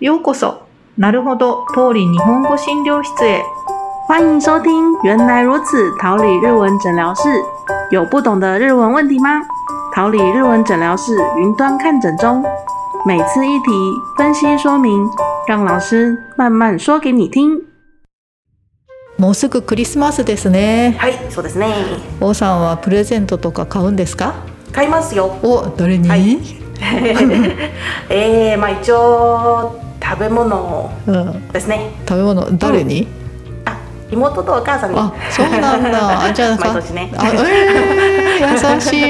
ようこそ、なるほど、通り日本語診療室へ。欢迎收听《原来如此》桃李日文诊疗室。有不懂的日文问题吗？桃李日文诊疗室云端看诊中，每次一题分析说明，让老师慢慢说给你听。もうすぐクリスマスですね。はい、そうですね。王さんはプレゼントとか買うんですか？買いますよ。 お、誰に？はいえー、まあ一応食べ物うん、ですね。食べ物誰に？あ、妹とお母さんに。あ、そうなん だ。あ、じゃあ毎年ね。あ、えー、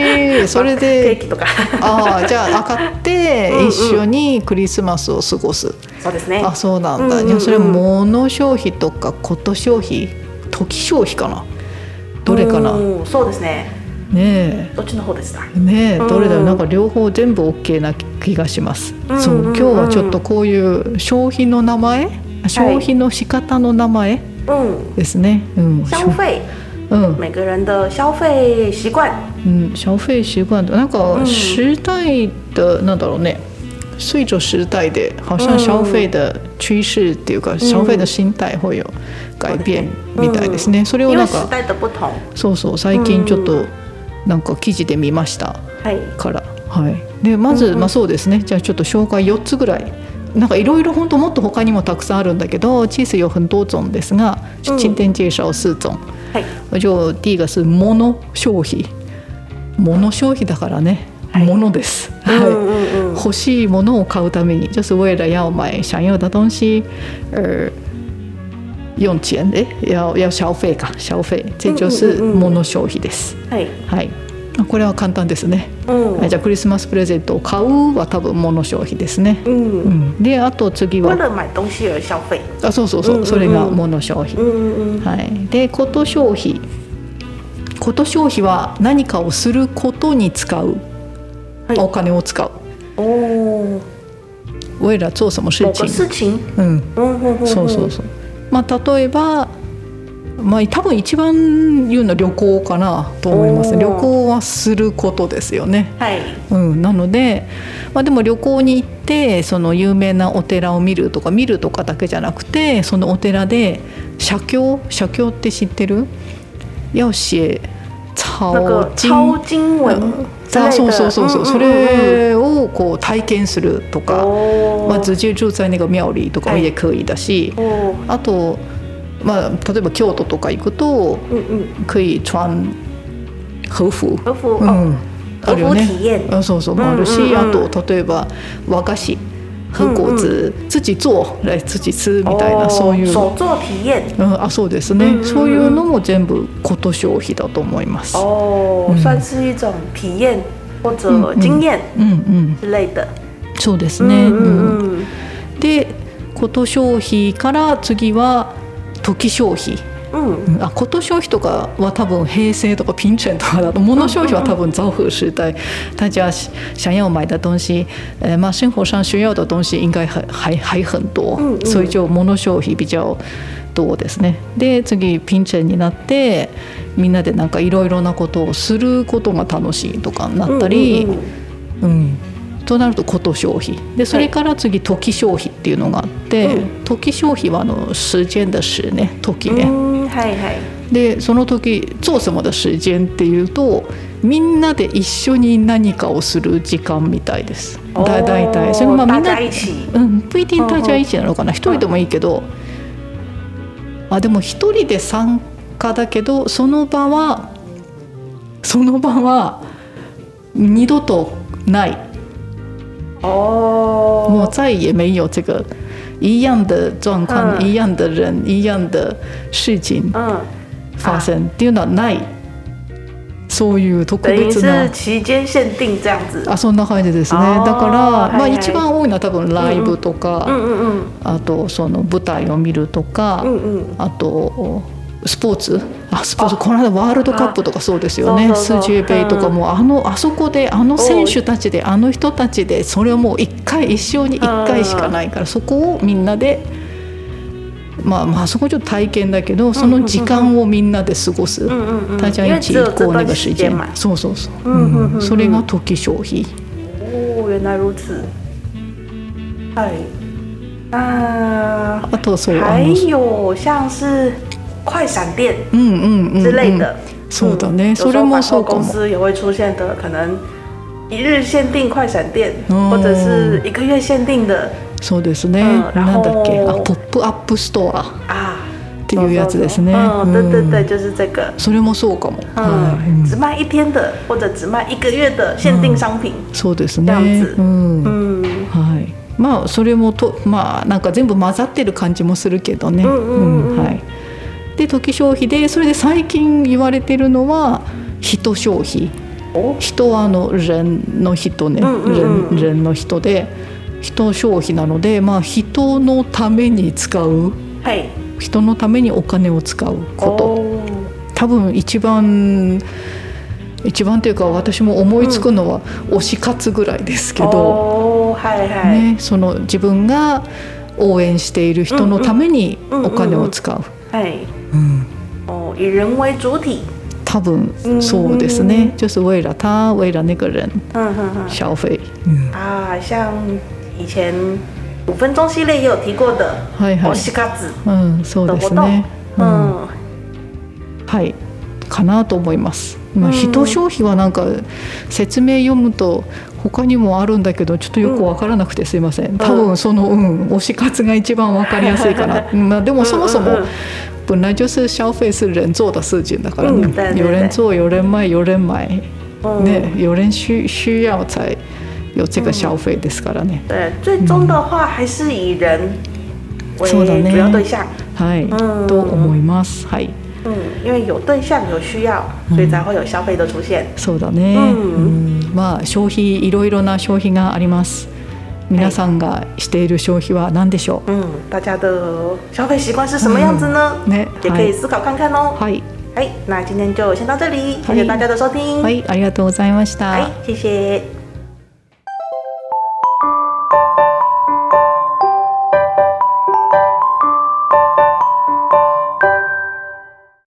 優しい。それケーで。キとか。 あーじゃあ買ってうんうん一緒にクリスマスを過ごす、そうですね。あそうなんだ、うんうんうんじゃあそれ物消費とかこと消費時消費かなどれかなねうんそうですね。えどっちの方でした。ねえうんどれだろうなんか両方全部 OK な気がします、うんそうう今ん日はちょっとこういう消費の名前消費の仕方の名前うん。ですね、うん消費、うん每个人的消費習慣。うん消費習慣なんうかん时代的なんだろうね随着时代で好像うん消費的趋势っていうか消費的心態会有改变みたいですねそれを嗯因な为ん時か代的不同。そうそう最近ちょっとなんか記事で見ましたはい。から、はい、でまず、うんうんまあ、そうですねじゃあちょっと紹介4つぐらいなんかいろいろ本当もっと他にもたくさんあるんだけどチース有很多种ですがちょうん今天介绍四种はい。じゃあ D がす物消費物消費だからね、はい物です、うんはうんい、うん。欲しいものを買うために就是为了要买想要的东西而用钱で要要消費か消費这就是うんうんうん物消費です、はい。はいあこれは簡単ですねうん。はい、じゃあクリスマスプレゼントを買うは多分物消費ですね。う。うんん、であと次嗯为は了买东西而消嗯費。あそうそうそう,、うんうんうんそれが物消費。うんうん。はい、でこと消費こと消費は何かをすることに使う、はいお金を使う。おお。为了做什么事嗯哦某个情事情。嗯うん、うんうんうん。そうそう。そう。まあ例えばまあ多分一番言うのは旅行かなと思います。おー旅行はすることですよね。はい。うん、なので、まあ、でも旅行に行ってその有名なお寺を見るとか見るとかだけじゃなくてそのお寺で写経写経って知ってる要写抄那个抄经经嗯文之类的嗯あ啊そうそうそうそう、んんんそれをこう体験するとか、哦まあ、直接住在那个庙里とかはい也可以だし、哦あと、まあ、例えば京都とか行くと嗯嗯，可以穿和服、和服うん、哦，嗯あ和るよ服ね。体验あそうそうもあるし、うんうんうんあと例えば和菓子和果子、土做来土吃みたいな哦そういう、手作体验うん、あそうですね、うんうんうんそういうのも全部こと消費だと思います。哦嗯，算是一种体验或嗯者嗯经验うんうん、之类的。そうですね、嗯うん嗯でこと消費から次は時消費、嗯嗯うんあこと消費とかは多分平成とかピンチェンとかだと物消費は多分造福时代大家想要买的东西呃まあ生活上需要的东西应该还还还很多うんうん所以就物消費比较多ですねで次ピンチェンになってみんなでなんかいろいろなことをすることが楽しいとかになったり、嗯嗯うん、となるとこと消費でそれから次時消費っていうのがあって、う時消費はあの時間的時ね時ね、嗯，嗨嗨，でその時「做什么的時間」っていうとみんなで一緒に何かをする時間みたいです。だだいたいそれまあみ哦大んな家一起，うん不一定大家一起なのかな一人でもいいけどあでも一人で参加だけどその場はその場は二度とない哦，我再也没有这个一样的状况、嗯一样的人、一样的事情嗯，发生っていうのはない。そういう特等于別な是期间限定这样子。あそんな感じですね。あーだから、まはあいはい一番多いのは多分ライブとか、嗯嗯あとその舞台を見るとか、嗯嗯あとスポーツあスポーツこの間ワールドカップとかそうですよねあそうそうそうスージュエベイとかも、あのあそこであの選手たちであの人たちでそれをもう一回一生に一回しかないからそこをみんなで。まあまあそこちょっと体験だけどその時間をみんなで過ごす嗯嗯嗯，大家因为一只起有行こ这う那段个时時间間嘛。そうそうそううんうんうんううんんそれが時消費哦，原来如此。嗨，那あとそうあ还の有像是快闪店うんうんうん、之类的，そうだね、嗯それ有も时そ候うか百货公も。司也会出现的，可能一日限定快闪店，哦或者是一个月限定的そうですね、うん然な后んだっけあポップアップストアっ啊，ていうやつですね。嗯，对对对，うん就是这个。それもそうかも。はいう嗯，ん只卖一天的或者只卖一个月的限定商品。そうです这ね。样子うん嗯はい。まあそれもとまあなんか全部混ざってる感じもするけどね。うんうんうんうんはい。で時消費でそれで最近言われてるのは人消費。哦，人はあの人の人ね、うんうんう人ん人の人で人消費なのでまあ人のために使う嘿，人のためにお金を使うこと。哦，多分一番一番というか私も思いつくのは推し活ぐらいですけど。哦，嗨嗨，ね、その自分が応援している人のためにうんうんお金を使う、嗨，うん哦，以人为主体。多うん分そうですね、就是为了他为了那个人嗯哼哼。消费、啊，像以前五分钟系列也有提过的はいは哦，い、西卡子，うん、そうですね、うん嗯，はいかなと思います、まうあ、ん人消費はなんか説明読むと他にもあるんだけどちょっとよくわからなくてすいません多分そのうん推し活が一番わかりやすいか な、まあ、でもそもそも嗯嗯嗯本来就是消费是人做的事情だから嗯对ね。对有人做，有人卖，有人买，嗯ね、有人需需要才有这个消费ですからね。对，最终的话还是以人为そうだね主要对象。はい、うんと思います。はい、嗯，因为有对象有需要，嗯所以才会有消费的出现。そうだね。うんうんまあ消費いろいろな消費があります。皆さんがしている消費は何でしょう。嗯，大家的消费习惯是什么样子呢？嗯ね也可以思考看看哦。はい、哎，那今天就先到这里，谢嗨谢大家的收听。はい、ありがとうございました。哎，谢谢。